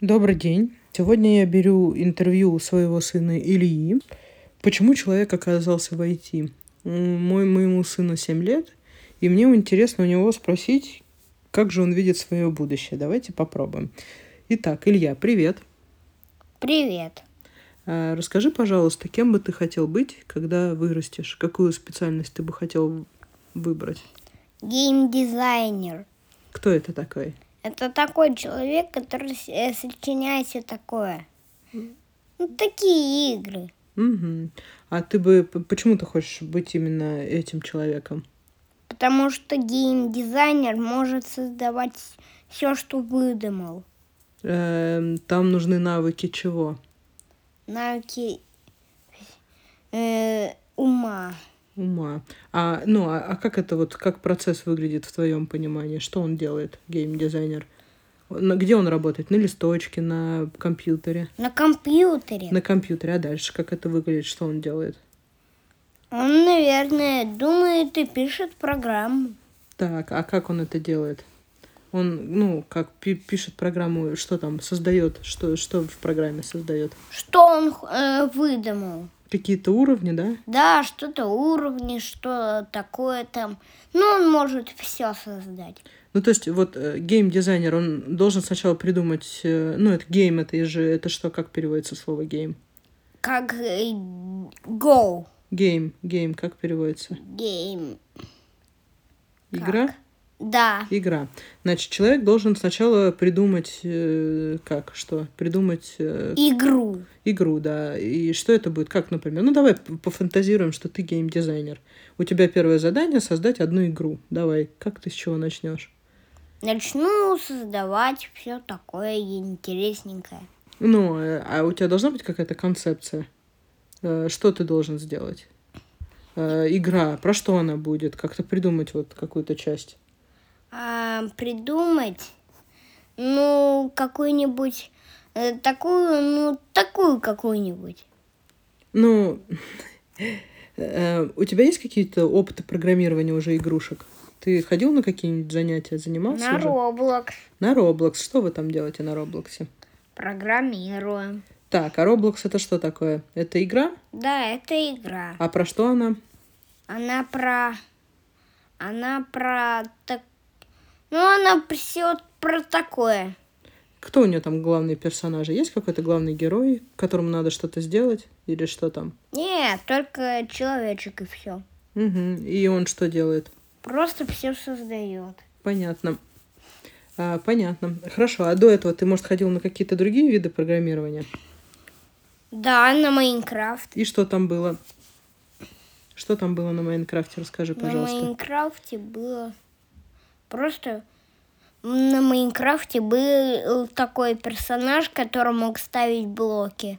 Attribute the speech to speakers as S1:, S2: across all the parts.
S1: Добрый день. Сегодня я беру интервью у своего сына Ильи. Почему человек оказался в IT? М, Мой, моему сыну 7 лет, и мне интересно у него спросить, как же он видит свое будущее. Давайте попробуем. Итак, Илья, привет.
S2: Привет.
S1: А, Расскажи, пожалуйста, кем бы ты хотел быть, когда вырастешь? Какую специальность ты бы хотел выбрать?
S2: Геймдизайнер.
S1: Кто это такой?
S2: Это такой человек, который с- э, сочиняет все такое. Ну, такие игры.
S1: Мгм. А ты бы... п- Почему ты хочешь быть именно этим человеком?
S2: Потому что геймдизайнер может создавать все, что выдумал.
S1: Эм, Там нужны навыки чего?
S2: Навыки э, ума.
S1: Ума. А, ну, а, а как это вот, как процесс выглядит в твоем понимании? Что он делает, геймдизайнер? На- Где он работает? На листочке, на компьютере?
S2: На компьютере.
S1: На компьютере, а дальше как это выглядит, что он делает?
S2: Он, наверное, думает и пишет программу.
S1: Так, а как он это делает? Он, ну, как пи- пишет программу, что там создает, что, что в программе создает?
S2: Что он э, выдумал?
S1: Какие-то уровни, да?
S2: Да, что-то уровни, что такое там. Ну, он может все создать.
S1: Ну, то есть, вот э, гейм-дизайнер, он должен сначала придумать, э, ну, это гейм, это же, это что, как переводится слово гейм?
S2: Как э, Go
S1: Гейм, гейм, как переводится?
S2: Game.
S1: Игра?
S2: Да,
S1: Игра. Значит, человек должен сначала придумать, э, как, что? Придумать э,
S2: игру.
S1: игру, да. И что это будет? Как, например? Ну, давай п- пофантазируем, что ты геймдизайнер. У тебя первое задание — создать одну игру. Давай, как ты с чего начнешь?
S2: Начну создавать все такое интересненькое.
S1: Ну, э, а у тебя должна быть какая-то концепция? Э, Что ты должен сделать? Э, Игра, про что она будет? Как-то придумать вот какую-то часть.
S2: А, придумать, ну, какую-нибудь э, такую, ну, такую какую-нибудь.
S1: Ну, э, у тебя есть какие-то опыты программирования уже игрушек? Ты ходил на какие-нибудь занятия, занимался
S2: На
S1: уже?
S2: Roblox
S1: На Roblox. Что вы там делаете на Роблоксе?
S2: программируем.
S1: Так, а Roblox это что такое? Это игра?
S2: Да, это игра.
S1: А про что она?
S2: Она про... Она про... Так... Ну, она все про такое.
S1: Кто у нее там главные персонажи? Есть какой-то главный герой, которому надо что-то сделать? Или что там?
S2: Нет, только человечек и все.
S1: Мгм. И он что делает?
S2: Просто все создает.
S1: Понятно. А, понятно. Хорошо. А до этого ты, может, ходил на какие-то другие виды программирования?
S2: Да, на Майнкрафт.
S1: И что там было? Что там было на Майнкрафте? Расскажи,
S2: На
S1: пожалуйста.
S2: Майнкрафте было... Просто... На Майнкрафте был такой персонаж, который мог ставить блоки.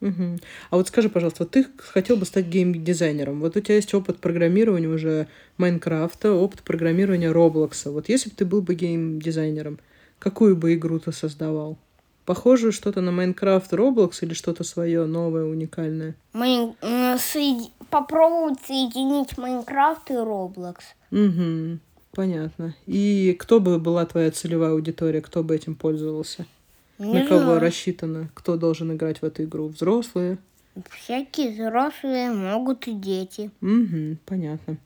S1: Мгм. А вот скажи, пожалуйста, вот ты хотел бы стать геймдизайнером. Вот у тебя есть опыт программирования уже Майнкрафта, опыт программирования Роблокса. Вот если бы ты был бы геймдизайнером, какую бы игру ты создавал? Похожую что-то на Майнкрафт, Роблокс или что-то свое новое, уникальное?
S2: Майн- э, соедин- Попробовать соединить Майнкрафт и Роблокс.
S1: Угу, понятно. И кто бы была твоя целевая аудитория, кто бы этим пользовался?
S2: Не
S1: На кого
S2: знаю.
S1: рассчитано? Кто должен играть в эту игру? Взрослые?
S2: Всякие взрослые могут и дети.
S1: Угу, понятно.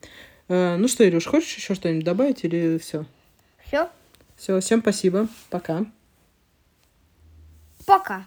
S1: Э, ну что, Илюш, хочешь еще что-нибудь добавить или все?
S2: Все,
S1: Все, всем спасибо. Пока.
S2: пока.